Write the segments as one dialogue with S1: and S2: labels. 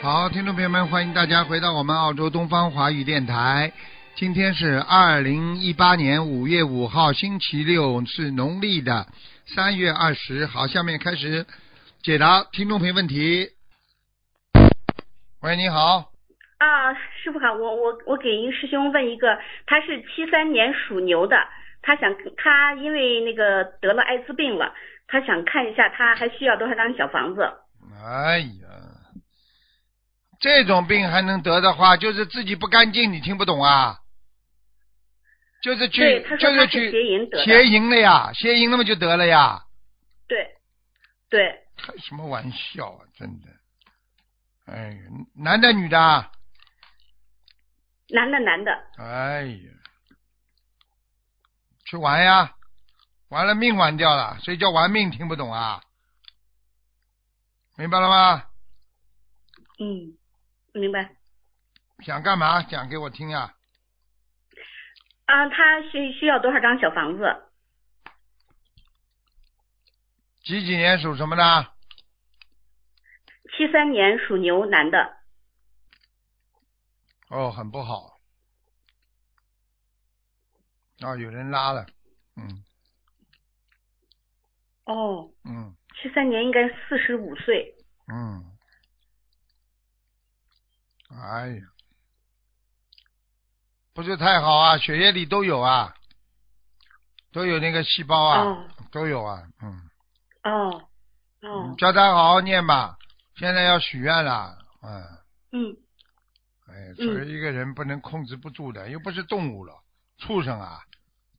S1: 好，听众朋友们，欢迎大家回到我们澳洲东方华语电台。今天是二零一八年五月五号，星期六，是农历的三月二十。好，下面开始解答听众朋友问题。喂，你好，
S2: 啊，师傅好，我我我给一个师兄问一个，他是七三年属牛的，他想他因为那个得了艾滋病了，他想看一下他还需要多少张小房子。
S1: 哎呀，这种病还能得的话，就是自己不干净，你听不懂啊？就是
S2: 对，
S1: 去
S2: 他，说
S1: 就
S2: 他是
S1: 去
S2: 邪淫得
S1: 邪
S2: 的。
S1: 淫了呀，邪淫了嘛就得了呀。
S2: 对，对，
S1: 开什么玩笑啊！真的，哎呀，男的女的啊，
S2: 男的男的，
S1: 哎呀，去玩呀，玩了命玩掉了，所以叫玩命，听不懂啊？明白了吗？
S2: 嗯，明白。
S1: 想干嘛？讲给我听啊！
S2: 啊，他需需要多少张小房子？
S1: 几几年属什么的？
S2: 七三年属牛男的，
S1: 哦，很不好。哦，有人拉了，嗯
S2: 哦，
S1: 嗯
S2: 七三年应该四十五岁，
S1: 嗯，哎呀，不是太好啊，血液里都有啊，都有那个细胞啊，
S2: 哦
S1: 都有啊，嗯，
S2: 哦，哦
S1: 你，叫他好好念吧，现在要许愿了，嗯，
S2: 嗯，
S1: 哎，作为一个人不能控制不住的，又不是动物了，畜生啊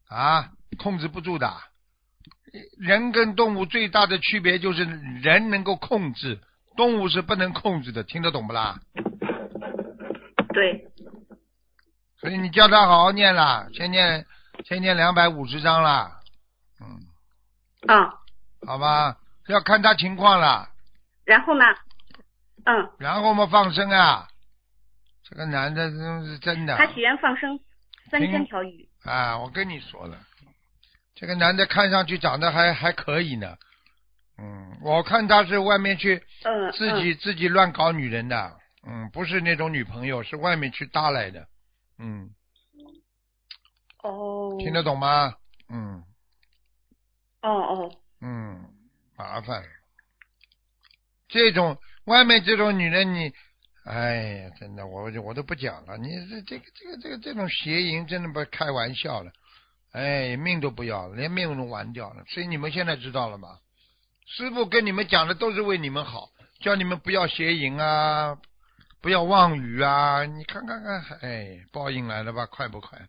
S1: 啊，控制不住的。人跟动物最大的区别就是人能够控制，动物是不能控制的，听得懂不啦？
S2: 对，
S1: 所以你叫他好好念啦，先念先念两百五十章啦，嗯，
S2: 啊，
S1: 好吧，要看他情况啦，
S2: 然后呢，嗯，
S1: 然后嘛放生啊，这个男的真是真的，
S2: 他许愿放生三千条鱼，
S1: 啊，我跟你说了，这个男的看上去长得还还可以呢。嗯，我看他是外面去
S2: 嗯，
S1: 自己、自己乱搞女人的，嗯，不是那种女朋友，是外面去搭来的，嗯，
S2: 嗯哦，
S1: 听得懂吗？嗯
S2: 哦哦，
S1: 嗯，麻烦了。这种外面这种女人，你，哎呀，真的，我就我都不讲了。你这这个这个这个这种邪淫，真的不是开玩笑了。哎，命都不要了，连命都玩掉了。所以你们现在知道了吗？师傅跟你们讲的都是为你们好，叫你们不要邪淫啊，不要妄语啊。你看看看，哎，报应来了吧，快不快？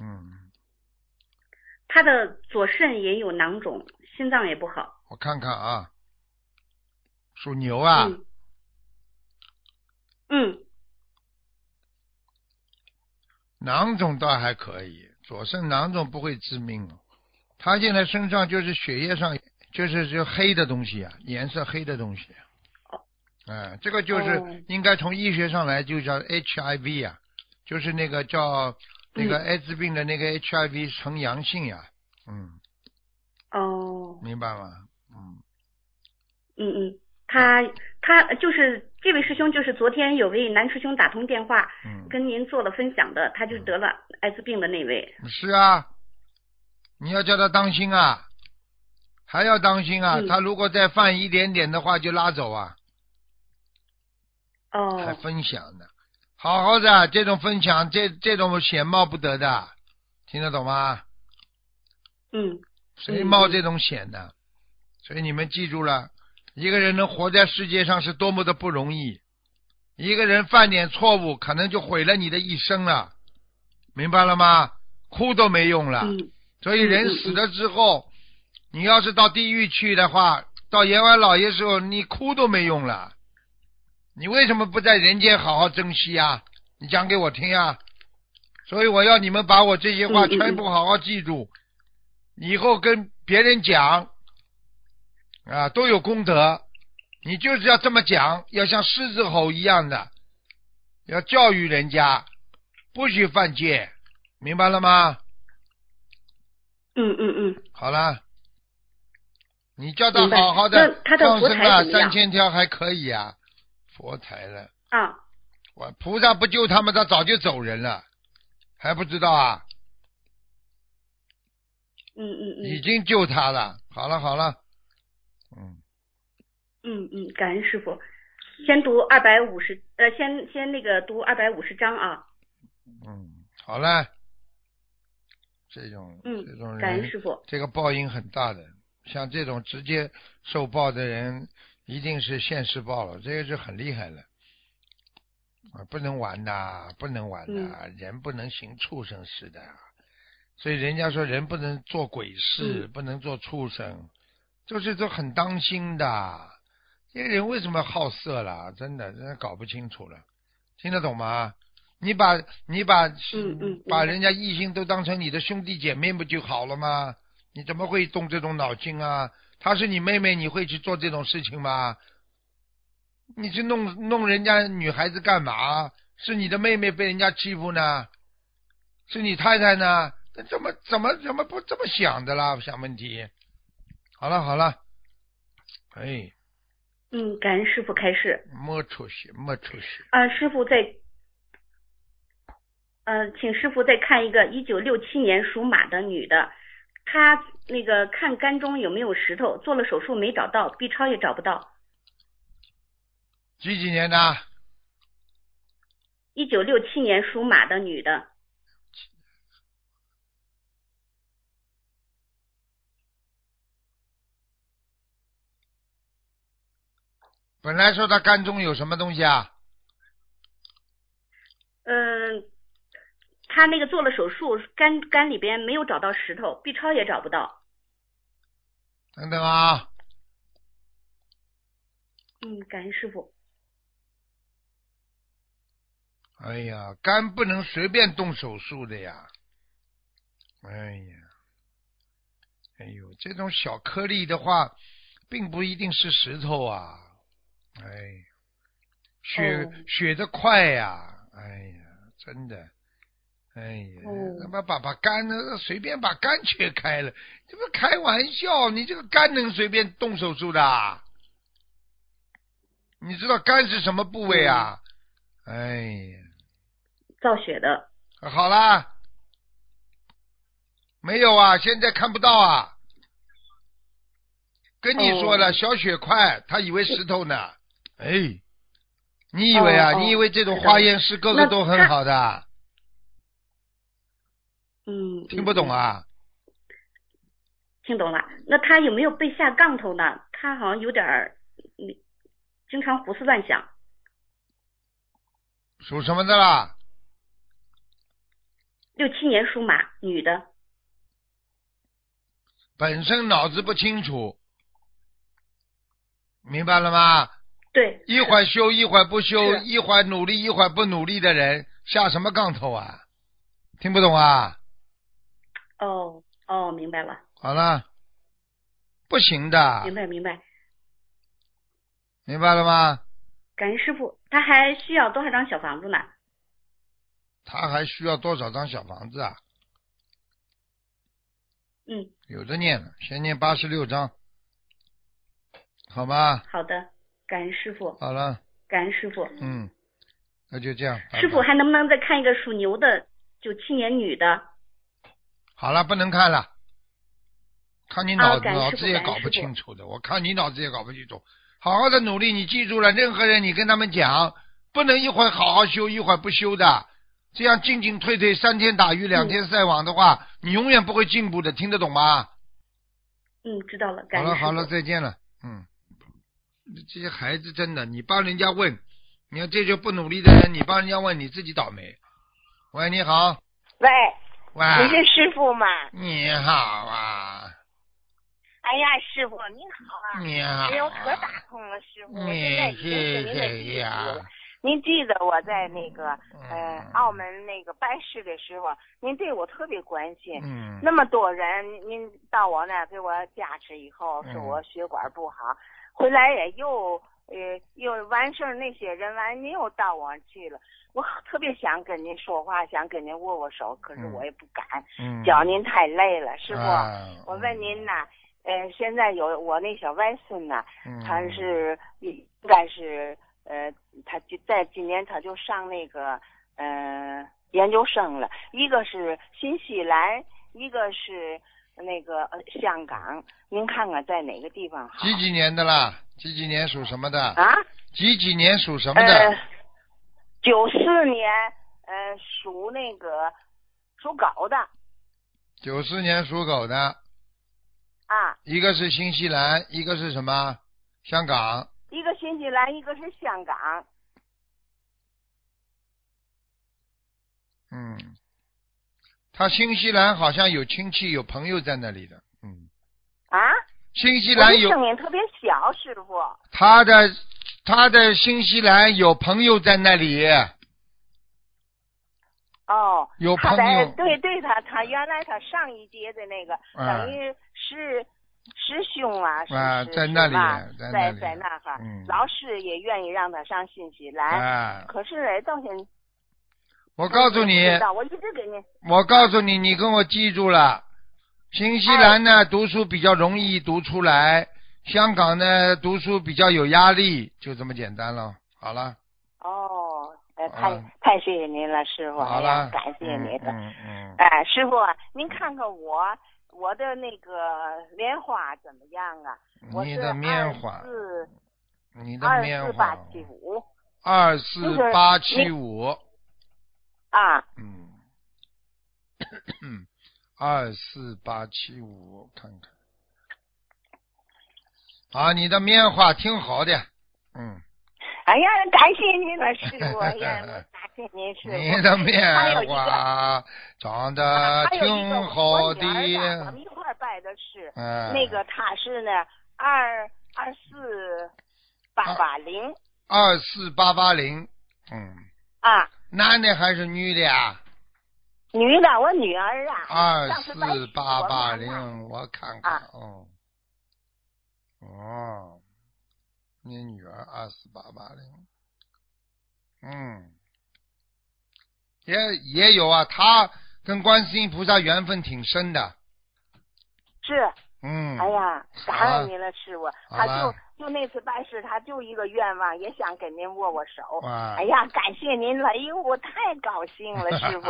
S1: 嗯，
S2: 他的左肾也有囊肿，心脏也不好，
S1: 我看看啊，属牛啊。
S2: 嗯，嗯，
S1: 囊肿倒还可以，左肾囊肿不会致命。他现在身上就是血液上就是就黑的东西啊，颜色黑的东西。
S2: 哦。
S1: 嗯，这个就是
S2: 哦
S1: 应该从医学上来就叫 HIV 啊，就是那个叫那
S2: 嗯
S1: 个艾滋病的那个 HIV 呈阳性呀、嗯，
S2: 哦，
S1: 明白吗？嗯，
S2: 嗯嗯，他他就是这位师兄，就是昨天有位男师兄打通电话
S1: 嗯
S2: 跟您做了分享的，他就是得了艾滋病的那位，
S1: 是啊，你要叫他当心啊，还要当心啊，
S2: 嗯
S1: 他如果再犯一点点的话就拉走啊。还
S2: 哦，
S1: 分享呢，好好的这种分享，这这种险冒不得的，听得懂吗？
S2: 嗯，
S1: 谁冒这种险呢？所以你们记住了，一个人能活在世界上是多么的不容易，一个人犯点错误，可能就毁了你的一生了，明白了吗？哭都没用了。
S2: 嗯，
S1: 所以人死了之后，你要是到地狱去的话，到阎王老爷时候，你哭都没用了。你为什么不在人间好好珍惜啊？你讲给我听啊！所以我要你们把我这些话
S2: 嗯嗯嗯
S1: 全部好好记住，以后跟别人讲啊都有功德。你就是要这么讲，要像狮子吼一样的，要教育人家，不许犯戒，明白了吗？
S2: 嗯嗯嗯，
S1: 好了，你叫他
S2: 明白
S1: 好好
S2: 那
S1: 的
S2: 他的
S1: 放
S2: 佛
S1: 生啊，
S2: 台怎么
S1: 三
S2: 样
S1: 千条还可以啊，佛台了，
S3: 啊，
S1: 我菩萨不救他们，他早就走人了，还不知道啊？
S3: 嗯嗯
S1: 已
S3: 嗯
S1: 经救他了。好了好了，嗯，
S3: 嗯嗯，感恩师傅。先读二百五十，呃，先先那个读二百五十章啊。
S1: 嗯，好了，这种
S3: 嗯
S1: 这种
S3: 感恩
S1: 人，
S3: 师傅。
S1: 这个报应很大的。像这种直接受报的人，一定是现世报了，这个是很厉害了。啊，不能玩呐，不能玩呐，人不能行畜生事的。所以人家说人不能做鬼事，
S3: 嗯
S1: 不能做畜生，就是都很当心的。这个人为什么好色啦？真的，真的搞不清楚了。听得懂吗？你把你把
S3: 嗯嗯
S1: 把
S3: 明白
S1: 人家异性都当成你的兄弟姐妹不就好了吗？你怎么会动这种脑筋啊？她是你妹妹，你会去做这种事情吗？你去弄弄人家女孩子干嘛？是你的妹妹被人家欺负呢？是你太太呢？那怎么怎么怎么不这么想的啦？想问题。好了好了，哎，
S3: 嗯，感恩师傅开示。
S1: 没出息，没出息。
S3: 啊，师傅再，呃，请师傅再看一个一九六七年属马的女的，她那个看肝中有没有石头，做了手术没找到，B 超也找不到。
S1: 几几年的？
S3: 一九六七年属马的女的，
S1: 本来说他肝中有什么东西啊？
S3: 嗯、她那个做了手术，肝肝里边没有找到石头，B 超也找不到。
S1: 等等啊，
S3: 嗯，感恩师傅。
S1: 哎呀，肝不能随便动手术的呀。哎呀，哎呦，这种小颗粒的话，并不一定是石头啊。哎，血、
S3: 哦
S1: 血的快呀、哎呀，真的。哎呀，
S3: 哦
S1: 他妈把把肝呢，随便把肝切开了，这不开玩笑？你这个肝能随便动手术的啊？你知道肝是什么部位啊？
S3: 嗯
S1: 哎呀，
S3: 造血的，
S1: 好啦，没有啊，现在看不到啊。跟你说了，
S3: 哦
S1: 小血块，他以为石头呢。哎，你以为啊？
S3: 哦哦
S1: 你以为这种
S3: 知道
S1: 化验室个个
S3: 那
S1: 都很
S3: 他
S1: 好的？
S3: 嗯，
S1: 听不懂
S3: 嗯，
S1: 啊？
S3: 听懂了。那她有没有被下杠头呢？她好像有点儿，嗯，经常胡思乱想。
S1: 属什么的啦？
S3: 六七年属马，女的。
S1: 本身脑子不清楚，明白了吗？
S3: 对，
S1: 一会儿修，一会儿不修，
S3: 是
S1: 一会儿努力，一会儿不努力的人，下什么杠头啊？听不懂啊？
S3: 哦哦，明白了，
S1: 好了，不行的，
S3: 明白明白。
S1: 明白了吗？
S3: 感恩师傅，他还需要多少张小房子呢？
S1: 他还需要多少张小房子啊？
S3: 嗯，
S1: 有的念了，先念八十六张，好吗？
S3: 好的，感恩师傅，
S1: 好了，
S3: 感恩师傅。
S1: 嗯，那就这样。拜拜
S3: 师傅还能不能再看一个属牛的九七年女的？
S1: 好了，不能看了。看你脑
S3: 啊
S1: 子、
S3: 感
S1: 脑
S3: 谢
S1: 子也
S3: 感谢
S1: 搞不
S3: 师傅
S1: 清楚的，我看你脑子也搞不清楚。好好的努力，你记住了，任何人你跟他们讲，不能一会儿好好修，一会儿不修的，这样进进退退，三天打鱼两天晒网的话，你永远不会进步的，听得懂吗？
S3: 嗯，知道了，感
S1: 好
S3: 恩
S1: 了
S3: 师傅。
S1: 好了，再见了，嗯。这些孩子真的，你帮人家问，你看这就不努力的人，你帮人家问，你自己倒霉。喂，你好，
S2: 喂，
S1: 喂，
S2: 你是师傅吗？
S1: 你好啊，
S2: 哎呀，师傅您好啊！
S1: 你好、啊，
S2: 哎呀，我可打通了，师傅，我现在已经是您的弟
S1: 谢
S2: 子
S1: 呀
S2: 了。。您记得我在那个
S1: 嗯
S2: 呃澳门那个办事的时候，您对我特别关心。
S1: 嗯，
S2: 那么多人，您到我那儿给我加持以后，
S1: 嗯
S2: 说我血管不好，回来也又呃又完事儿，那些人完您又到我那儿去了。我特别想跟您说话，想跟您握握手，可是
S1: 嗯
S2: 我也不敢，
S1: 嗯
S2: 脚您太累了，师傅。
S1: 啊
S2: 我问您呐，呃，现在有我那小外孙呐，
S1: 嗯
S2: 他是应该是呃，他就在今年他就上那个呃研究生了，一个是新西兰，一个是那个呃香港，您看看在哪个地方好
S1: 几几年的啦？几几年属什么的？
S2: 啊？
S1: 几几年属什么的？
S2: 呃，九四年呃属那个属狗的
S1: 九四年属狗的，
S2: 啊，
S1: 一个是新西兰，一个是什么？香港。
S2: 一个新西兰，一个是香港。
S1: 嗯，他新西兰好像有亲戚有朋友在那里的。嗯，
S2: 啊，
S1: 新西
S2: 我
S1: 兰
S2: 的
S1: 有
S2: 声音特别小，师傅。
S1: 他的他的新西兰有朋友在那里。
S2: 哎哦，
S1: 有
S2: 他
S1: 朋
S2: 在
S1: 友
S2: 对对他，他原来他上一届的那个
S1: 嗯
S2: 等于是师兄啊，是
S1: 啊
S2: 是
S1: 在
S2: 是
S1: 那里
S2: 吧
S1: 在那
S2: 在
S1: 里
S2: 那哈儿
S1: 嗯，
S2: 老师也愿意让他上新西兰，
S1: 啊，
S2: 可是哎到现在
S1: 我告诉你
S2: 不，知道我一直给您
S1: 我告诉你，你跟我记住了。新西兰呢，读书比较容易读出来；香港呢，读书比较有压力，就这么简单了。好了，
S2: 哦，哎
S1: 好
S2: 太
S1: 了
S2: 太谢谢您了，师傅，
S1: 嗯好
S2: 哎
S1: 了
S2: 呀，，感谢您了。
S1: 嗯嗯嗯，
S2: 哎，师傅，您看看我我的那个莲花怎么样啊？我
S1: 你
S2: 是
S1: 的面花，
S2: 四
S1: 你的
S2: 二
S1: 面
S2: 四八
S1: 花，哦
S2: 七五
S1: 二四八七五，
S2: 啊，
S1: 嗯， 二四八七五，看看。啊，你的面话挺好的，嗯，
S2: 哎呀，感谢您了，师傅，哎呀，感谢您师傅。
S1: 你的
S2: 还有
S1: 面
S2: 一个，
S1: 话长得
S2: 还有一个
S1: 挺
S2: 我
S1: 好
S2: 女儿的，我
S1: 的
S2: 们，一块儿拜的是
S1: 嗯，
S2: 那个，她是呢二二四八八零
S1: 二四八八零，嗯，
S2: 啊，
S1: 男的还是女的啊？
S2: 女的，我女儿啊，
S1: 二
S2: 上次咱
S1: 四八八
S2: 我妈妈
S1: 零，我看看
S2: 啊，
S1: 哦，哦，你女儿二四八八零，嗯，也也有啊，她跟观世音菩萨缘分挺深的，
S2: 是，
S1: 嗯，
S2: 哎，呀，感
S1: 好了
S2: 恩您了，师傅。她
S1: 嗯好了啊
S2: 就就那次拜师，她就一个愿望，也想给您握握手。
S1: 哇，
S2: 哎呀，感谢您了，哎呦，我太高兴了，师 傅。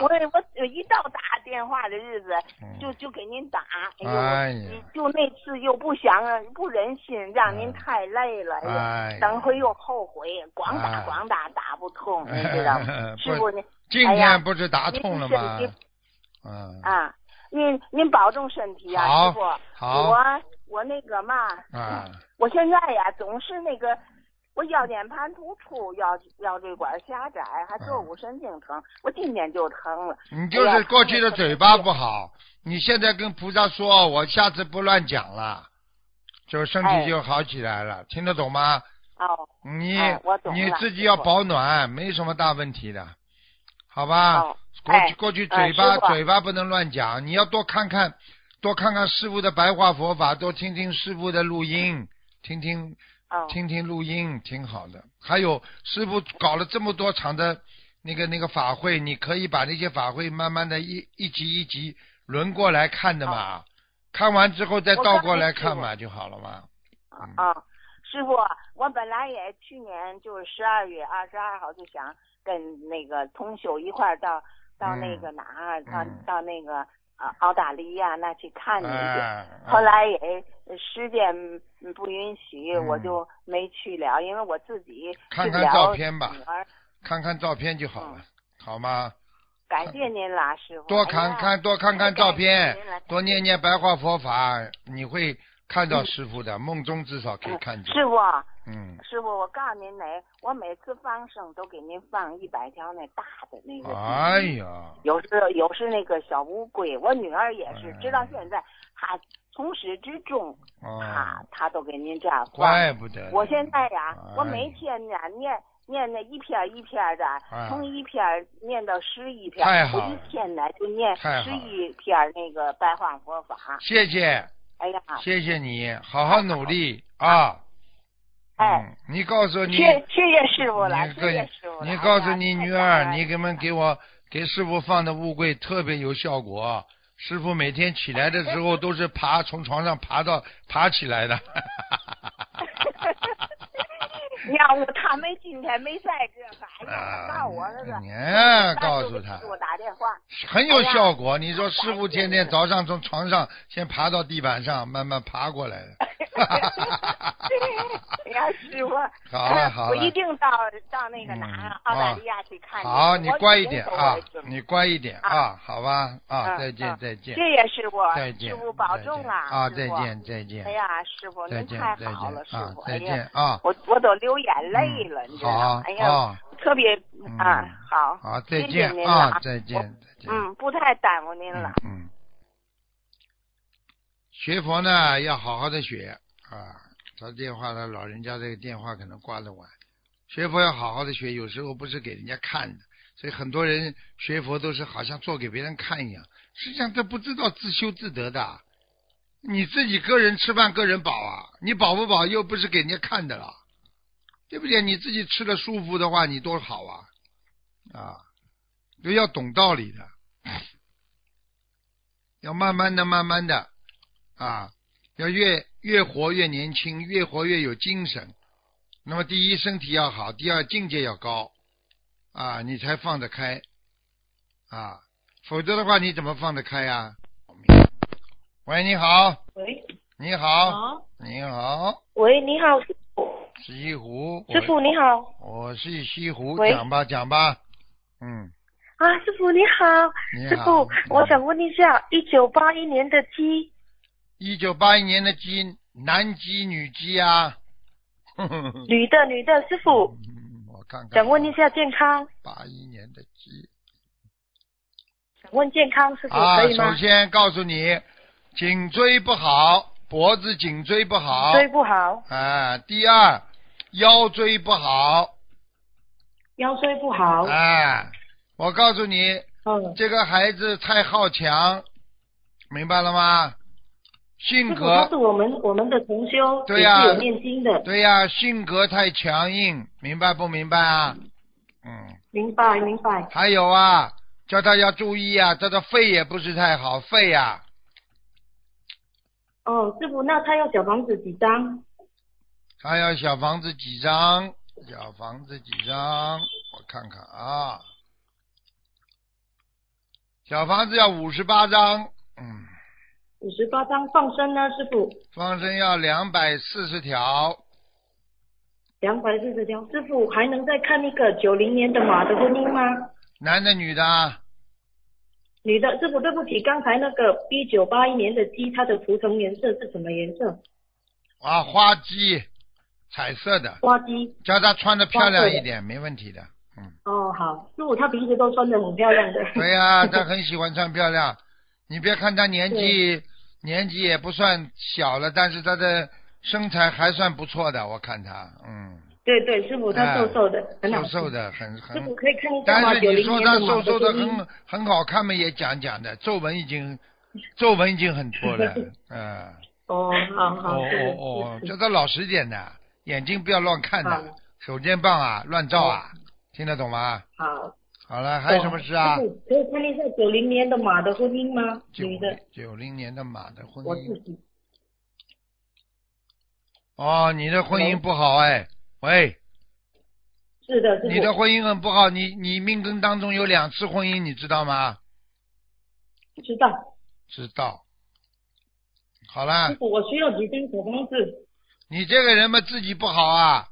S2: 我我一到打电话的日子，
S1: 嗯
S2: 就就给您打，
S1: 哎呀
S2: 哎呦，嗯就那次又不想不忍心让您
S1: 嗯
S2: 太累了，哎呀，
S1: 哎呀，
S2: 等会 又后悔，光打
S1: 哎
S2: 光打打不通，你知道吗？
S1: 不
S2: 师傅您
S1: 今
S2: 哎呀
S1: 天不是打通了吗
S2: 您是？
S1: 嗯，
S2: 啊，您您保重身体啊，
S1: 好
S2: 师傅。
S1: 好
S2: 我我那个嘛，
S1: 啊，
S2: 我现在呀总是那个，我腰间盘突出，腰腰椎管狭窄，还
S1: 嗯
S2: 坐骨神经疼，我今天就疼了。
S1: 你就是过去的嘴巴不好，你现在跟菩萨说，我下次不乱讲了，就身
S2: 哎
S1: 体就好起来了，听得懂吗？
S2: 哦
S1: 你、
S2: 哎我懂了
S1: 你自己要保暖，没什么大问题的，好吧？
S2: 哦，
S1: 过去
S2: 哎
S1: 过去嘴
S2: 哎
S1: 巴、
S2: 师傅
S1: 嘴巴不能乱讲，你要多看看，多看看师傅的白话佛法，多听听师傅的录音，听听
S2: 哦
S1: 听听录音挺好的。还有师傅搞了这么多场的那个那个法会，你可以把那些法会慢慢的一一集一集轮过来看的嘛，看完之后再
S2: 哦我
S1: 倒
S2: 刚
S1: 过
S2: 才
S1: 来
S2: 去
S1: 看
S2: 过
S1: 嘛就好了嘛。嗯
S2: 哦，师傅，我本来也去年就是十二月二十二号就想跟那个同修一块儿到到那个哪儿，到
S1: 嗯
S2: 到那个呃澳大利亚那去看你去。
S1: 哎，
S2: 后来也呃时间嗯不允许，
S1: 嗯
S2: 我就没去了，因为我自己
S1: 看
S2: 治
S1: 看
S2: 疗嗯
S1: 照片吧
S2: 女儿
S1: 看看照片就好
S2: 哦
S1: 了，好吗？
S2: 感谢您啦，师傅。
S1: 多看
S2: 哎呀，
S1: 看多看看照片
S2: 感谢您了，
S1: 多念念白话佛法，你会看到师傅
S2: 嗯
S1: 的，梦中至少可以看见。
S2: 师傅，
S1: 嗯，
S2: 师傅，我告诉您哪，我每次放生都给您放一百条那大的那个。
S1: 哎呀，
S2: 有时有时那个小乌龟，我女儿也是，
S1: 哎
S2: 直到现在，她从始至终，
S1: 啊
S2: 她，她都给您这样放。
S1: 怪不得呢
S2: 我现在呀
S1: 哎，
S2: 我每天呢念念那一篇一篇的，
S1: 哎
S2: 从一篇念到十一篇
S1: 太，好
S2: 我
S1: 了
S2: 一天呢就念
S1: 太好
S2: 十
S1: 了
S2: 一篇那个白话佛法。
S1: 谢谢
S2: 哎呀，
S1: 谢谢你，好好努力啊。
S2: 哎，
S1: 嗯，你告诉你，
S2: 谢谢谢哦师傅了，
S1: 你
S2: 谢谢
S1: 跟
S2: 师傅了。
S1: 你告诉你
S2: 哎呀
S1: 女
S2: 太感
S1: 儿，
S2: 恩
S1: 你给们给我给师傅放的乌龟特别有效果。啊师傅每天起来的时候都是 爬从床上爬到爬起来的。
S2: 要不他们今天没在这个，哎呀，
S1: 啊
S2: 那我儿子，
S1: 你啊
S2: 当
S1: 告
S2: 时
S1: 诉
S2: 就
S1: 他
S2: 给我打电话，
S1: 很有
S2: 哎呀
S1: 效果。你说师
S2: 白
S1: 傅
S2: 天
S1: 天天
S2: 是
S1: 早上从床上先爬到地板上，慢慢爬过来的。
S2: 对，呀，师傅，
S1: 好了好
S2: 我
S1: 了
S2: 一定到到那个哪
S1: 嗯
S2: 儿，澳大
S1: 啊
S2: 利亚去看你。
S1: 好，
S2: 我
S1: 你
S2: 已
S1: 乖一
S2: 经
S1: 点
S2: 走
S1: 啊
S2: 了师，傅
S1: 你乖一点啊，好吧啊，
S2: 嗯
S1: 再见
S2: 嗯
S1: 再见
S2: 谢谢师傅，
S1: 再见，
S2: 师傅保
S1: 再
S2: 重
S1: 见
S2: 了，
S1: 啊，
S2: 师
S1: 再
S2: 傅。
S1: 见再见
S2: 哎，呀，师傅
S1: 再
S2: 您
S1: 见
S2: 太
S1: 再
S2: 好了，
S1: 见
S2: 师
S1: 啊
S2: 傅，，
S1: 再
S2: 哎
S1: 见
S2: 呀，
S1: 啊，
S2: 我我都流眼泪
S1: 嗯
S2: 了，你知道
S1: 好
S2: 吗？哎呀，
S1: 啊，
S2: 特别
S1: 嗯
S2: 啊，好，
S1: 好，再
S2: 谢谢
S1: 见
S2: 您了
S1: 啊，
S2: 啊
S1: 再见再见。
S2: 嗯，不太耽误您了
S1: 嗯。嗯，学佛呢要好好的学啊。他电话他老人家这个电话可能挂得晚，学佛要好好的学，有时候不是给人家看的，所以很多人学佛都是好像做给别人看一样，实际上他不知道自修自得的。你自己个人吃饭个人饱啊，你饱不饱又不是给人家看的了，对不对？你自己吃的舒服的话，你多好啊！啊，就要懂道理的。要慢慢的、慢慢的，啊，要越越活越年轻，越活越有精神。那么，第一身体要好，第二境界要高，啊，你才放得开，啊，否则的话你怎么放得开呀、喂，你好，
S4: 喂，
S1: 你好，
S4: 好，
S1: 你好，
S4: 喂，你好，师傅，
S1: 西湖，
S4: 师傅你好
S1: 我，我是西湖，
S4: 喂
S1: 讲吧，讲吧，嗯，
S4: 啊，师傅你好，
S1: 你
S4: 师
S1: 好
S4: 傅，，我想问一下，一九八一年的鸡，
S1: 一九八一年的鸡，男鸡女鸡啊，
S4: 女的女的，师傅，
S1: 嗯，我看看。
S4: 想问一，下健康，
S1: 八一年的鸡
S4: 想问健康，师傅
S1: 啊，
S4: 可以
S1: 首
S4: 吗？
S1: 先告诉你，颈椎不好，脖子颈椎不好，
S4: 椎不好，
S1: 啊，第二腰椎不好，
S4: 腰椎不好，
S1: 啊，我告诉你，
S4: 嗯，
S1: 这个孩子太好强，明白了吗？性
S4: 师傅他
S1: 格
S4: 是我们我们的同修，
S1: 对
S4: 也
S1: 呀
S4: 是有念经的，
S1: 对呀、性格太强硬，明白不明白啊？嗯，
S4: 明白明白，
S1: 还有啊，叫大家注意啊，他的肺也不是太好，肺啊呀、
S4: 哦，师傅，那他要小房子几张？
S1: 他要小房子几张？小房子几张？我看看啊，小房子要五十八张，嗯，
S4: 五十八张放生呢，师傅，
S1: 放生要两百四十条，
S4: 两百四十条，师傅还能再看一个九零年的马的婚姻吗？
S1: 男的女的啊？
S4: 女的，师傅，对不起，刚才那个一九八一年的鸡，它的图腾颜色是什么颜色？
S1: 啊，花鸡，彩色的，
S4: 花鸡。
S1: 叫他穿的漂亮一点，没问题的。嗯，
S4: 哦，好，师傅，她平时都穿的很漂亮的。
S1: 对哎呀、他很喜欢穿漂亮。你别看他年纪年纪也不算小了，但是他的身材还算不错的，我看他，嗯，
S4: 对对，师傅，她瘦瘦的，很好
S1: 哎瘦
S4: 看。
S1: 瘦的，很很
S4: 师傅可以看一下
S1: 但
S4: 吗？
S1: 是
S4: 九
S1: 你
S4: 零
S1: 说
S4: 年
S1: 他
S4: 的
S1: 瘦
S4: 马
S1: 瘦的
S4: 婚姻
S1: 很很好看嘛，也讲讲的，皱纹已经皱纹已经很多了，嗯，
S4: 哦，好
S1: 哦
S4: 好，
S1: 哦哦，叫他老实点的，眼睛不要乱看
S4: 好
S1: 的，手电棒啊，乱照啊，听得懂吗？
S4: 好。哦
S1: 好了，还有什么事啊
S4: 师？傅，可以看一下九零年的马的婚姻吗？
S1: 九
S4: 女的，
S1: 九零年的马的婚
S4: 我自
S1: 姻，
S4: 己。
S1: 哦，你的婚姻不好哎，喂，
S4: 是的，师
S1: 你的
S4: 傅。
S1: 婚姻很不好，你你命根当中有两次婚姻，你知道吗？
S4: 知道，
S1: 知道。好啦
S4: 师，傅，我需要几张小房子？
S1: 你这个人嘛，自己不好啊，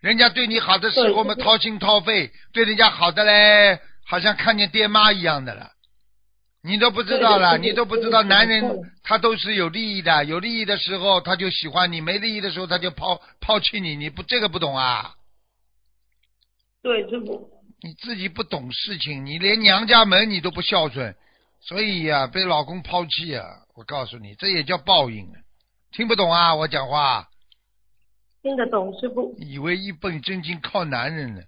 S1: 人家对你好的时
S4: 对
S1: 候嘛，
S4: 就是
S1: 掏心掏肺，对人家好的嘞，好像看见爹妈一样的了。你都不知道了，
S4: 对对对
S1: 你都不知道，
S4: 对对对
S1: 男
S4: 没
S1: 人
S4: 错
S1: 他都是有利益的，有利益的时候他就喜欢你，没利益的时候他就抛抛弃你，你不这个不懂啊？
S4: 对，师傅。
S1: 你自己不懂事情，你连娘家门你都不孝顺，所以呀、被老公抛弃啊！我告诉你，这也叫报应啊！听不懂啊，我讲话啊、
S4: 听得懂，师傅。
S1: 以为一本正经靠男人呢？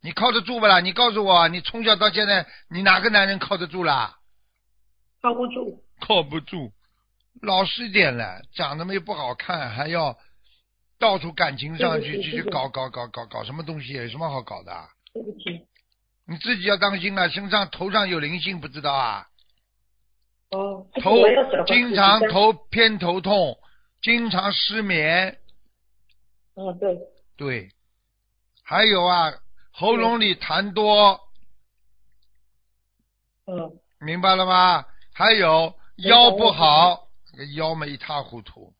S1: 你靠得住不啦？你告诉我，你从小到现在，你哪个男人靠得住啦？
S4: 靠不住。
S1: 靠不住，老实点了，长得没不好看，还要到处感情上去
S4: 对不起
S1: 去去
S4: 对不起
S1: 搞搞搞搞搞什么东西？有什么好搞的啊？
S4: 对不起。
S1: 你自己要当心啊，身上头上有灵性，不知道啊？
S4: 哦，
S1: 头
S4: 我要小房子
S1: 经常。头偏头痛，经常失眠，
S4: 嗯，对，
S1: 对，还有啊，喉咙里痰多，
S2: 嗯，
S1: 明白了吗？还有腰不好，这个腰嘛一塌糊涂，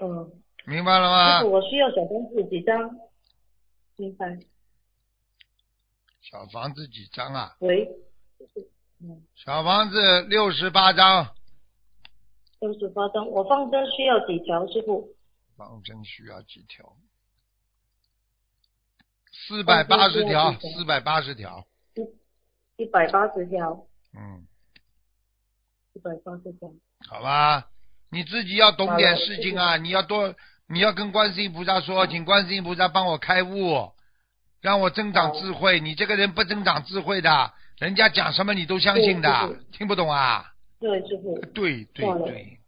S2: 嗯，
S1: 明白了吗
S2: 就是？我需要小房子几张？明白。
S1: 小房子几张啊？
S2: 喂，
S1: 小房子六十八张，
S2: 六十八张，我放生需要几条？师傅，
S1: 方针需要几条？四百八十条，
S2: 放生需要几条
S1: 四百八十条。
S2: 一百八十条，
S1: 嗯，
S2: 一百八十条。
S1: 好吧，你自己要懂
S2: 好
S1: 点
S2: 的
S1: 事情啊！你要多，你要跟观世音菩萨
S2: 嗯
S1: 说，请观世音菩萨帮我开悟，让我增长智慧。你这个人不增长智慧的，人家讲什么你都相信
S2: 对
S1: 的
S2: 对，
S1: 听不懂啊？
S2: 对，师傅，
S1: 对对
S2: 错了
S1: 对，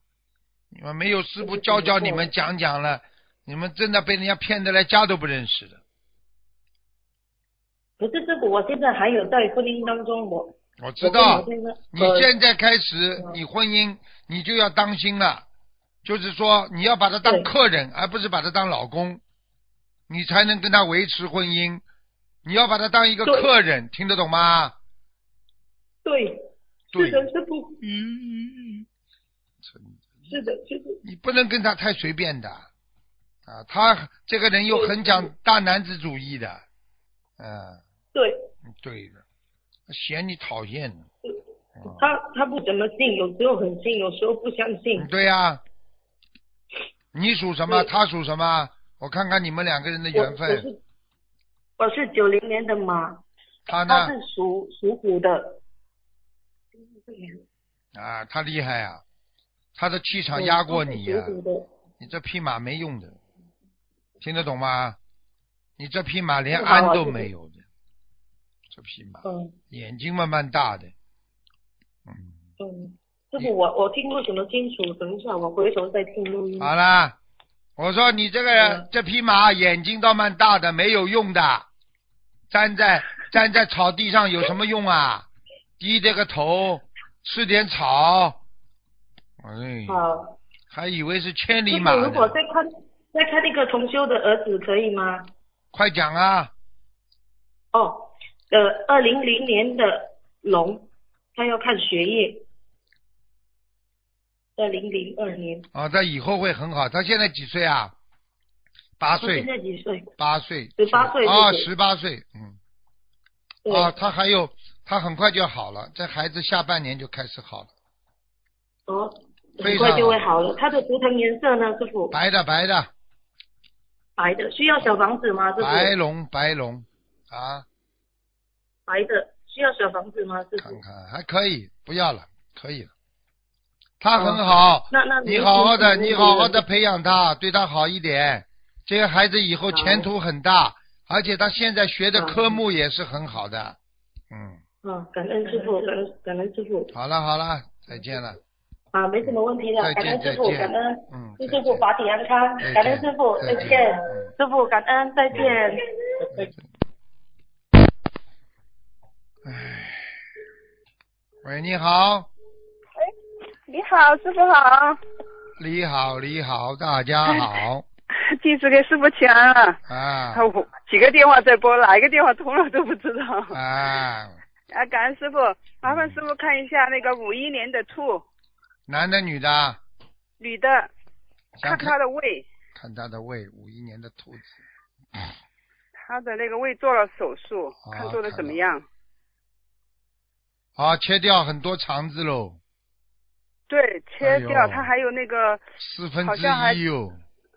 S1: 你们没有师傅教教你们讲讲了，你们真的被人家骗的，连家都不认识的。
S2: 不是师傅，我现在还有在婚姻当中，我
S1: 我
S2: 我
S1: 知
S2: 跟
S1: 道
S2: 我，先生
S1: 你
S2: 呃
S1: 现在开始
S2: 嗯
S1: 你婚姻你就要当心了，就是说你要把他当
S2: 对
S1: 客人，而不是把他当老公，你才能跟他维持婚姻。你要把他当一个
S2: 对
S1: 客人，听得懂吗？
S2: 对，
S1: 对
S2: 是，的，师傅，
S1: 嗯，真的
S2: 是的，师傅，
S1: 你不能跟他太随便的啊，他这个人又很讲大男子主义的，嗯，
S2: 对
S1: 对的，嫌你讨厌呢，哦
S2: 他他不怎么信，有时候很信，有时候不相信
S1: 嗯，。对呀、你属什么？
S2: 对
S1: 他属什么？我看看你们两个人的
S2: 我
S1: 缘
S2: 我
S1: 分。啊
S2: 是我是九零年的马，
S1: 他呢？
S2: 他是属属虎的。
S1: 啊，他厉害啊！他的气场压过你呀、
S2: 嗯他是属虎的
S1: 你这匹马没用的，听得懂吗？你这匹马连
S2: 不好
S1: 鞍
S2: 啊
S1: 都
S2: 就是
S1: 没有的，这匹马
S2: 嗯
S1: 眼睛慢慢大的，嗯，
S2: 嗯，师傅，我我听不怎么清楚，等一下我回头再听录音。
S1: 好啦，我说你这个、
S2: 嗯
S1: 这匹马眼睛倒蛮大的，没有用的，站在站在草地上有什么用啊？低着个头，吃点草，哎，
S2: 好，
S1: 还以为是千
S2: 师
S1: 里马
S2: 傅，如果
S1: 呢。
S2: 再看再看那个同修的儿子可以吗？
S1: 快讲啊！
S2: 哦，呃，二零零年的龙，他要看学业。二零零二年，
S1: 啊，他以后会很好。他现在几岁啊？八
S2: 他
S1: 岁，
S2: 现在几岁？
S1: 八岁，
S2: 18岁
S1: 啊，
S2: 对
S1: 十八岁，嗯，
S2: 对，
S1: 啊，他还有，他很快就好了。这孩子下半年就开始好了，
S2: 哦，
S1: 非
S2: 很
S1: 常
S2: 快就会
S1: 好
S2: 好了。他的图腾颜色呢，师傅？
S1: 白的白的，
S2: 白的，需要小房子吗？师傅？
S1: 白龙白龙啊，
S2: 白的，需要小房子吗？师
S1: 看
S2: 傅？
S1: 看还可以，不要了，可以了。他很好，
S2: 哦那那
S1: 你好好的，你好好的
S2: 嗯
S1: 培养他，对他好一点。这个孩子以后前途很大，而且他现在学的
S2: 好
S1: 科目也是很好的。嗯，，
S2: 哦感恩师傅，感恩感恩师傅
S1: 好了好了，再见了。
S2: 啊，没什么问题的
S1: 再，见
S2: 感恩师傅，
S1: 再见
S2: 感恩
S1: 嗯
S2: 祝
S1: 再
S2: 师傅
S1: 见
S2: 法体安康
S1: 再见，
S2: 感恩师傅，
S1: 再
S2: 再
S1: 见
S2: 见
S1: 嗯，
S2: 师傅感恩，再见。
S1: 喂，你好，
S5: 你好，师傅好，
S1: 你好，你好，大家好
S5: 弟子给师傅请安了。
S1: 啊
S5: 啊我几个电话在拨，哪一个电话通了都不知道。
S1: 啊，
S5: 啊，感恩师傅，麻烦师傅看一下那个五一年的兔
S1: 男的女的，
S5: 女的，
S1: 想
S5: 看她的胃，
S1: 看他的胃，五一年的兔子，
S5: 她的那个胃做了手术，
S1: 啊
S5: 看做的怎么
S1: 看
S5: 样？
S1: 啊，切掉很多肠子喽，
S5: 对，切掉
S1: 哎，呦
S5: 她还有那个
S1: 四分
S5: 好
S1: 之
S5: 像还
S1: 一哟，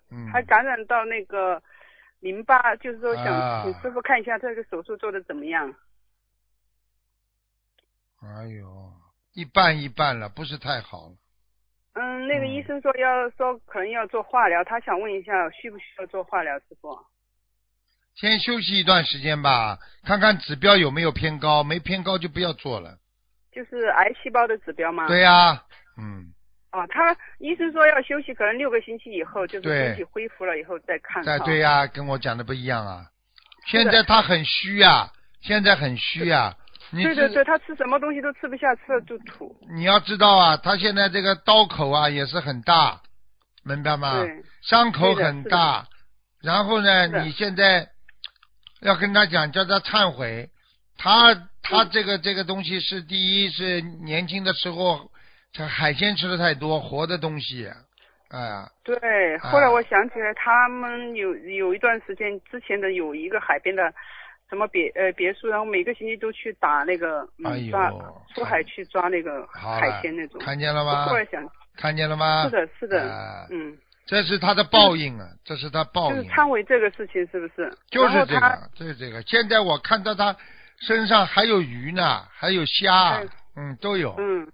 S1: 嗯，
S5: 还感染到那个淋巴，就是说
S1: 啊
S5: 想请师傅看一下这个手术做的怎么样。
S1: 哎呦，一半一半了，不是太好了，
S5: 嗯，那个
S1: 嗯
S5: 医生说要说可能要做化疗，他想问一下需不需要做化疗，师傅？
S1: 先休息一段时间吧，看看指标有没有偏高，没偏高就不要做了。
S5: 就是癌细胞的指标吗？。
S1: 对呀、嗯，
S5: 哦，他医生说要休息，可能六个星期以后，就是
S1: 对
S5: 身体恢复了以后再看。
S1: 在
S5: 哈
S1: 对呀、跟我讲的不一样啊，现
S5: 是的
S1: 在他很虚啊，现在很虚啊，你
S5: 对
S1: 知
S5: 对对，他吃什么东西都吃不下，吃了就吐。
S1: 你要知道啊，他现在这个刀口啊也是很大，明白吗？
S5: 对，
S1: 伤口很大，然后呢，
S5: 是的
S1: 你现在要跟他讲，叫他忏悔。
S5: 嗯
S1: 他他这个这个东西是第一是年轻的时候，这海鲜吃的太多，活的东西，啊、
S5: 对，后来我想起来，他们有有一段时间之前的有一个海边的什么别呃别墅，然后每个星期都去打那个、嗯
S1: 哎呦
S5: 抓出
S1: 看
S5: 海去抓那个
S1: 好
S5: 海
S1: 了
S5: 鲜那种。
S1: 看见了
S5: 我
S1: 吗？
S5: 后来想，
S1: 看见了吗？
S5: 是的，是的，
S1: 啊
S5: 嗯，
S1: 这是他的报应啊，这是他报
S5: 就
S1: 应
S5: 是
S1: 啊。
S5: 忏悔这个事情是不是？
S1: 就是这
S5: 然后他
S1: 个，啊就是这个。现在我看到他身上还有鱼呢，还有虾
S5: 嗯，
S1: 嗯，都有。
S5: 嗯，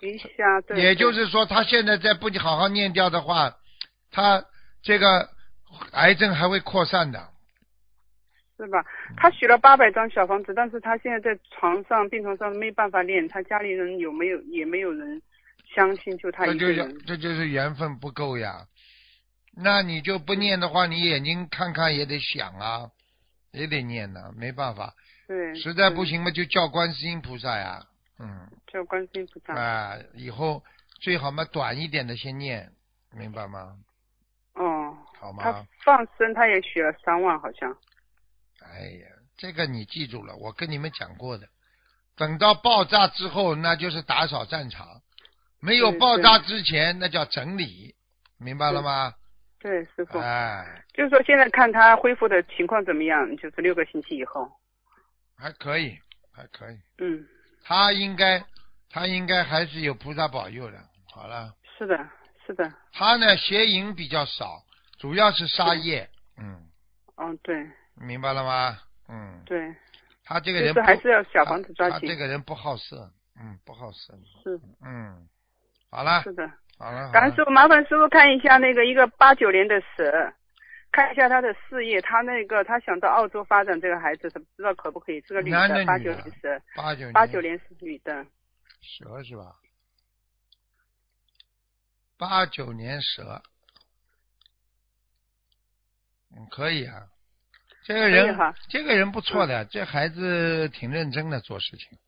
S5: 鱼虾对。
S1: 也就是说，他现在再不好好念掉的话，他这个癌症还会扩散的。
S5: 是吧？
S1: 嗯
S5: 他许了八百张小房子，但是他现在在床上病床上没办法练，他家里人有没有也没有人相信，就他
S1: 这
S5: 一个
S1: 就叫
S5: 人。
S1: 这就是缘分不够呀。那你就不念的话，你眼睛看看也得想啊，也得念呐、没办法。
S5: 对，
S1: 实在不
S5: 嗯
S1: 行嘛，就叫观世音菩萨呀。嗯。
S5: 叫观世音菩萨。
S1: 啊，以后最好嘛短一点的先念，明白吗？
S5: 哦，
S1: 好
S5: 他
S1: 吗？
S5: 放生他也许了三万，好像。
S1: 哎呀，这个你记住了，我跟你们讲过的。等到爆炸之后，那就是打扫战场；没有
S5: 对
S1: 爆炸之前，那叫整理，明白了吗？
S5: 嗯对，师傅，
S1: 哎，
S5: 就是说现在看他恢复的情况怎么样，就是六个星期以后。
S1: 还可以，还可以。
S5: 嗯，
S1: 他应该，他应该还是有菩萨保佑的。好了，
S5: 是的，是的，
S1: 他呢邪淫比较少，主要是杀业。嗯，
S5: 嗯，对
S1: 明白了吗？嗯，
S5: 对，
S1: 他这个
S5: 就
S1: 人
S5: 是还
S1: 不
S5: 是要小房子抓
S1: 他
S5: 紧
S1: 这。个人不好色，嗯，不好色，
S5: 是
S1: 嗯，好了，
S5: 是的。
S1: 好了，
S5: 感恩
S1: 好
S5: 师
S1: 了
S5: 傅，麻烦师傅看一下那个一个八九年的蛇，看一下他的事业，他那个他想到澳洲发展，这个孩子是不知道可不可以？是个女
S1: 男的
S5: 的，八
S1: 女
S5: 九
S1: 的
S5: 年蛇，
S1: 八九
S5: 八九年是女的，
S1: 蛇是吧？八九年蛇，嗯，可以啊，这个
S5: 可
S1: 人
S5: 以哈嗯
S1: 这个人不错的，这孩子挺认真的做事情，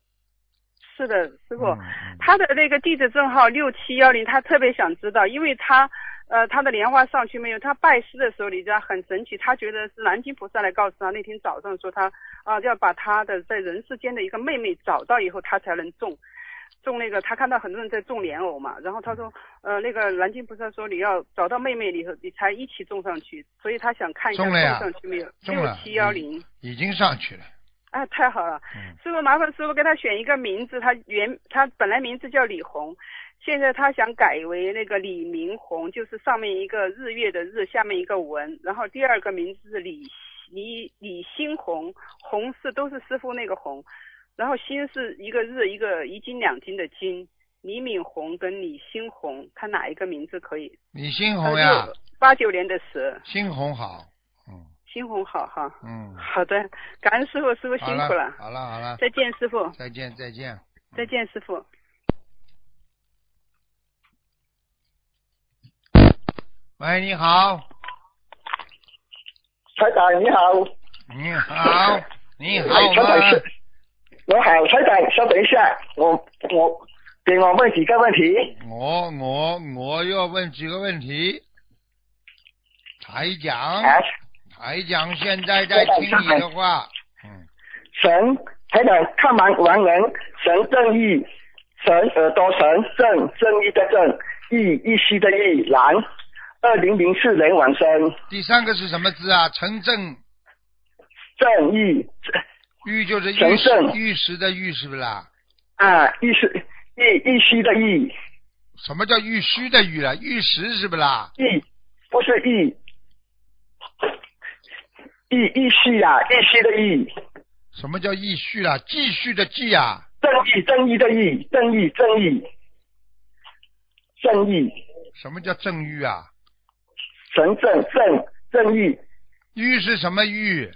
S5: 是的，师傅，
S1: 嗯嗯
S5: 他的那个地址证号六七幺零，他特别想知道，因为他呃他的莲花上去没有，他拜师的时候你知道很神奇，他觉得是南京菩萨来告诉他，那天早上说他啊、要把他的在人世间的一个妹妹找到以后，他才能种。种那个，他看到很多人在种莲藕嘛，然后他说，呃，那个南京菩萨说你要找到妹妹，你和你才一起种上去，所以他想看一下
S1: 种
S5: 种
S1: 了呀
S5: 上去没有，
S1: 种
S5: 六
S1: 了嗯
S5: 七幺零，
S1: 已经上去了，
S5: 哎，太好了，
S1: 嗯，
S5: 师傅，麻烦师傅给他选一个名字，他原他本来名字叫李红，现在他想改为那个李明红，就是上面一个日月的日，下面一个文，然后第二个名字是李李李新红，红是都是师傅那个红，然后新是一个日一个一斤两斤的斤，李敏红跟李新红，看哪一个名字可以？
S1: 李新红
S5: 呃
S1: 呀，
S5: 八九年的蛇，
S1: 新红好，嗯
S5: 新红好哈。
S1: 嗯，
S5: 好的，感恩师傅，师傅辛
S1: 好
S5: 苦
S1: 了
S5: 了，
S1: 好了好了，
S5: 再见师傅，
S1: 再见再见。
S5: 再见师傅。
S1: 喂，你好，
S6: 台长你好，
S1: 你好，你好
S6: 哎陈
S1: 吗
S6: 老？师我好，台长，稍等一下，我我给我问几个问题。
S1: 我我我要问几个问题。台长，
S6: 啊，
S1: 台长现在在听你的话。
S6: 哎
S1: 嗯，
S6: 神，台长看完完人，神正义，神耳朵神正正义的正，义义气的义，然。二零零四年往生，
S1: 第三个是什么字啊？陈正
S6: 正义
S1: 玉就是玉
S6: 陈
S1: 石
S6: 正
S1: 玉石的玉是不是啦？
S6: 啊，义是义义气的义，
S1: 什么叫玉虚的玉了？玉石是不是啦？
S6: 义不是义，义义气啊，义气的义。
S1: 什么叫义续啦？继续的继啊？
S6: 正义，正义的义，正义，正义，正义，
S1: 什么叫正玉啊？
S6: 神正正正义
S1: 玉是什么玉？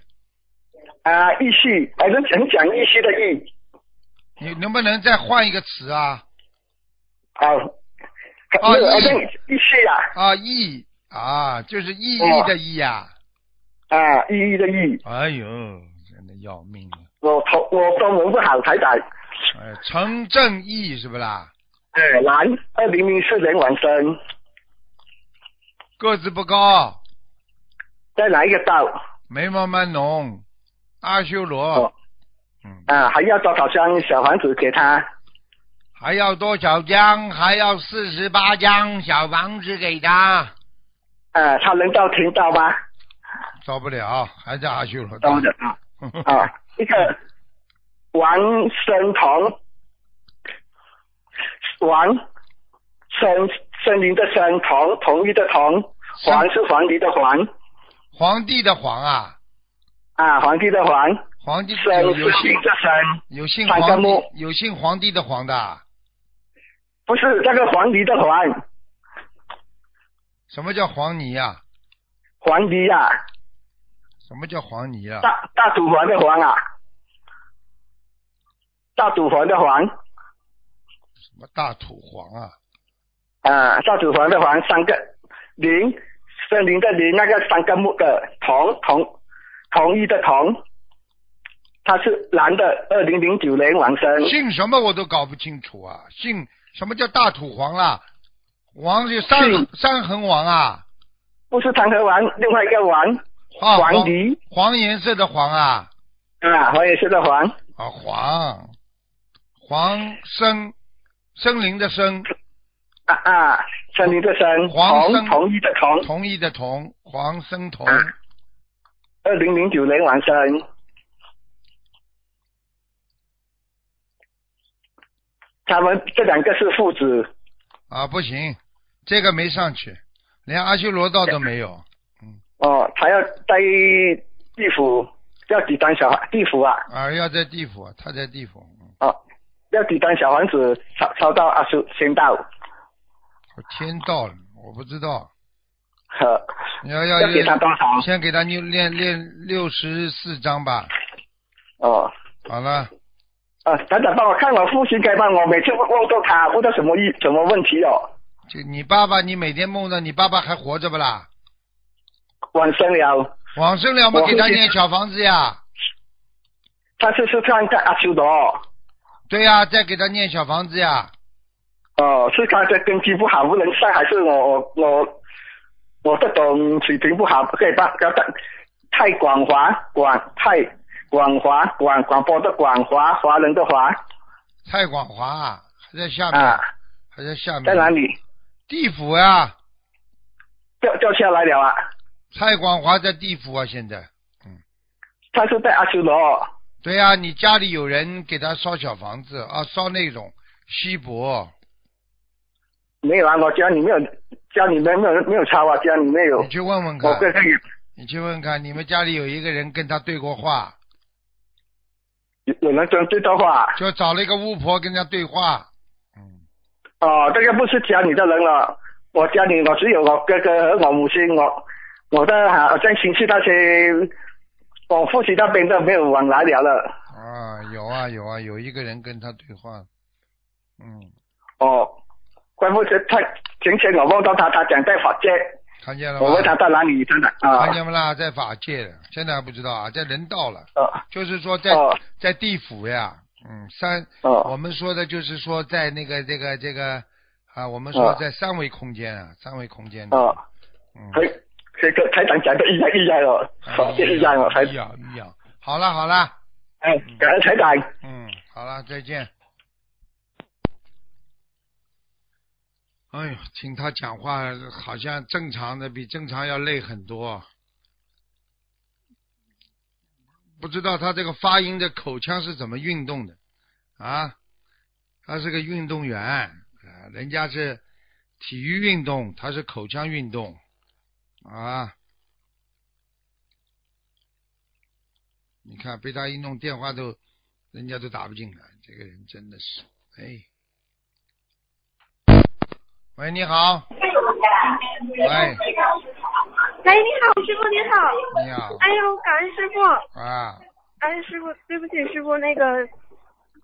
S6: 啊，义气，反正很讲义气的义
S1: 你能不能再换一个词啊？
S6: 啊，
S1: 哦
S6: 那个
S1: 义
S6: 好像义气啊，
S1: 啊，义啊，就是意义的义啊。
S6: 啊，义义的义，
S1: 哎呦，真的要命了！
S6: 我头我中文不好，啊台长，
S1: 哎，陈正义是不啦？
S6: 哎，男，二零零四年往生，
S1: 个子不高，
S6: 再来一个道，
S1: 眉毛蛮浓，阿修罗
S6: 哦，
S1: 嗯，
S6: 啊，还要多少张小房子给他？
S1: 还要多少张？还要四十八张小房子给他，
S6: 啊，他能到听到吗？
S1: 到不了，还在阿修罗道
S6: 到的啊。 啊，一个王生同，王森森林的森同同一的同，
S1: 森
S6: 黄是黄鹂的黄
S1: 皇帝的皇啊，
S6: 啊，皇帝的黄，
S1: 皇帝
S6: 森
S1: 有有
S6: 是啊
S1: 姓
S6: 姓的森，
S1: 有姓
S6: 三个
S1: 皇帝
S6: 木
S1: 有姓皇帝的皇的啊，
S6: 不是那个黄鹂的黄，
S1: 什么叫黄泥啊？
S6: 黄鹂呀、啊，
S1: 什么叫黄泥啊？
S6: 大大土黄的黄啊，大土黄的黄
S1: 什么大土黄啊？
S6: 啊，大土黄的黄三个林，森林的林那个三个木的同同同一的同，他是男的，二零零九年往生。
S1: 姓什么我都搞不清楚啊！姓什么叫大土黄啦、王是三
S6: 姓
S1: 三横王啊！
S6: 不是唐和王，另外一个王，
S1: 啊，
S6: 黄
S1: 黄
S6: 鹂
S1: 黄颜色的黄啊！
S6: 啊，黄也是的黄，
S1: 啊，黄黄生森林的森，
S6: 啊啊，森林的森，
S1: 黄
S6: 同
S1: 生
S6: 同一的同，
S1: 同意的同，黄生同。
S6: 啊二零零九年往生，他们这两个是父子，
S1: 啊，不行，这个没上去，连阿修罗道都没有。
S6: 哦，他要在地府要几张小房地府啊，
S1: 啊，要在地府，他在地府，嗯
S6: 哦，要几张小房子抄抄到阿叔先到，
S1: 我天道了，我不知道。
S6: 呵，
S1: 你要
S6: 要给他多少？
S1: 先给他念练练六十四章吧。
S6: 哦。
S1: 好了，
S6: 啊，等等，帮我看我父亲该帮我，每次问问到他，问到什么意什么问题哦？
S1: 就你爸爸，你每天梦到你爸爸还活着不啦？
S6: 晚生了，
S1: 往生了，我们给他念小房子呀。
S6: 他是是看在阿修罗哦，
S1: 对呀、再给他念小房子呀。
S6: 哦，是他的根基不好，不能上，还是我我我我这种水平不好，不可以帮要带太广华广太广华广广播的广华华人的华
S1: 蔡广华啊还在下面，
S6: 啊，
S1: 还在下面。
S6: 在哪？里
S1: 地府呀、
S6: 掉掉下来了啊？
S1: 蔡广华在地府啊，现在。
S6: 他是在阿修罗哦，
S1: 对呀、你家里有人给他烧小房子啊，烧那种锡箔，
S6: 没有啊？我家里没有，家里面没有没有抄啊，家里面有
S1: 你，去问问看
S6: 我。哥哥有。
S1: 你去问问看，你们家里有一个人跟他对过话，
S6: 有有人跟对的话，
S1: 就找了一个巫婆跟他对话。嗯。
S6: 哦，这个不是家里的人了，我家里我只有我哥哥和我母亲，我我的啊，我在亲戚那些，我父亲那边的没有往来了了。
S1: 啊，有啊有啊，有一个人跟他对话，嗯，
S6: 哦，关不是他前天我梦到他，他讲在法界，
S1: 看见了
S6: 我问他
S1: 吗？
S6: 在哪里，真的啊
S1: 看见不啦？在法界了，现在还不知道啊，在人道了，
S6: 哦
S1: 就是说在、
S6: 哦
S1: 在地府呀，嗯，三，我
S6: 哦
S1: 们说的就是说在那个这个这个啊，我们说
S6: 哦
S1: 在三维空间啊，三维空间的，
S6: 哦，
S1: 嗯，
S6: 台这个台长讲的一样一样哦，法界一样哦，台
S1: 一样一样，哎好了好了，
S6: 哎，感恩台长。
S1: 嗯，好了，再见。哎呦，听他讲话好像正常的比正常要累很多，不知道他这个发音的口腔是怎么运动的啊？他是个运动员啊，人家是体育运动，他是口腔运动啊。你看被他一弄，电话都人家都打不进来，这个人真的是，哎。喂，你好。喂，
S7: 喂，你好，师傅，你好。
S1: 你好。
S7: 哎呦，感恩师傅，
S1: 啊，
S7: 哎，师傅，对不起，师傅，那个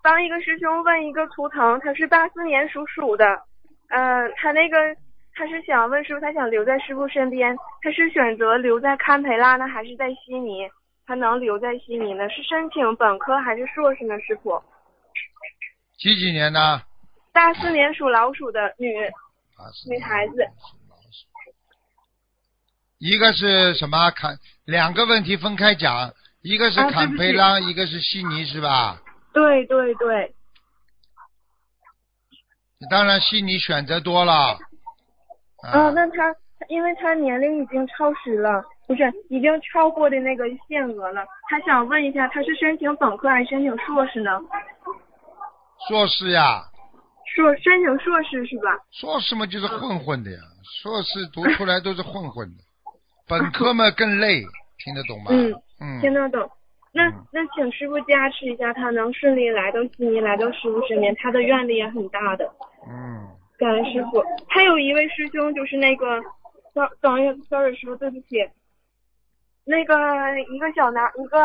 S7: 帮一个师兄问一个图腾，他是八四年属鼠的，嗯、他那个他是想问师傅，他想留在师傅身边，他是选择留在堪培拉呢，还是在悉尼？他能留在悉尼呢？是申请本科还是硕士呢？师傅，
S1: 几几年的？
S7: 八四年属老鼠的女，
S1: 啊，是
S7: 女孩子。
S1: 一个是什么？看两个问题分开讲，一个是
S7: 啊对
S1: 坎
S7: 不
S1: 培
S7: 起
S1: 拉，一个是悉尼，是吧？
S7: 对对对，
S1: 当然悉尼选择多了。
S7: 啊，那他因为他年龄已经超时了，不是已经超过的那个限额了，他想问一下，他是申请本科还是申请硕士呢？
S1: 硕士呀，
S7: 硕申请硕士是吧？
S1: 硕士嘛就是
S7: 嗯
S1: 混混的呀，硕士读出来都是混混 的，本科嘛更累，听得懂吗？
S7: 嗯
S1: 嗯
S7: 听得懂。那
S1: 嗯
S7: 那请师傅加持一下，他能顺利来到悉尼，来到师傅身边，他的愿力也很大的。
S1: 嗯，
S7: 感恩师傅。还有一位师兄，就是那个，等等一下，sorry 师傅，对不起。那个一个小男，一个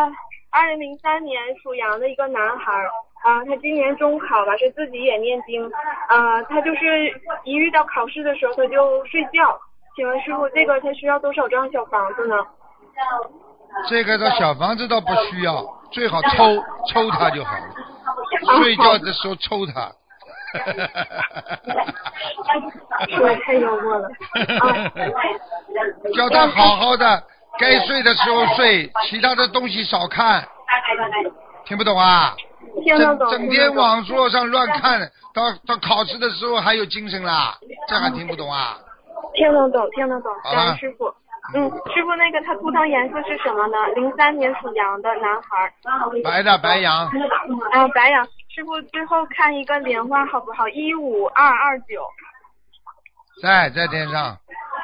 S7: 二零零三年属羊的一个男孩儿啊、他今年中考吧，是自己也念经啊、他就是一遇到考试的时候他就睡觉。请问师傅，这个他需要多少张小房子呢？
S1: 这个的小房子倒不需要，最好抽抽他就好了，睡觉的时候抽他。
S7: 说的太幽默了啊！
S1: 叫他好好的，该睡的时候睡，其他的东西少看。听不懂啊？
S7: 听得
S1: 整
S7: 懂，
S1: 整
S7: 听得
S1: 天
S7: 懂
S1: 网络上乱看，到到考试的时候还有精神啦，这还听不懂啊？
S7: 听得懂，听得懂，
S1: 好
S7: 感
S1: 了
S7: 恩师傅。嗯，师傅，那个他图腾颜色是什么呢？零三年属羊的男孩儿，
S1: 白的白羊，
S7: 啊、白羊。师傅，最后看一个莲花好不好？一五二二九
S1: 在在天上，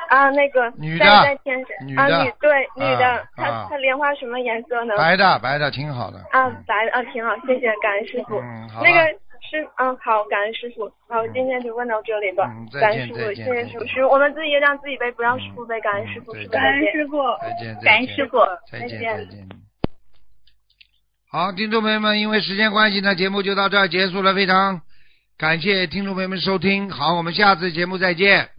S7: 啊，那个
S1: 女
S7: 在
S1: 的
S7: 在天上
S1: 女的
S7: 啊，女对女的，
S1: 啊啊
S7: 他他莲花什么颜色呢？
S1: 白的白的挺好的。
S7: 啊
S1: 嗯，
S7: 白啊，挺好，谢谢，感恩师傅。
S1: 嗯好吧
S7: 那个师，嗯，好，感恩师傅。好，今天就问到这里吧。
S1: 嗯再见
S7: 感恩师傅，
S1: 再
S7: 谢
S1: 见
S7: 谢
S1: 再
S7: 师傅。
S1: 见
S7: 师傅，我们自己也让自己背，不让师傅背。感恩师傅，
S1: 嗯
S7: 师傅
S1: 再见
S7: 再
S4: 傅，
S1: 再见，哎再
S7: 见。
S4: 感恩
S1: 见
S4: 师傅
S1: 再见，
S7: 再见
S1: 再见。好，听众朋友们，因为时间关系呢，节目就到这儿结束了。非常感谢听众朋友们收听，好，我们下次节目再见。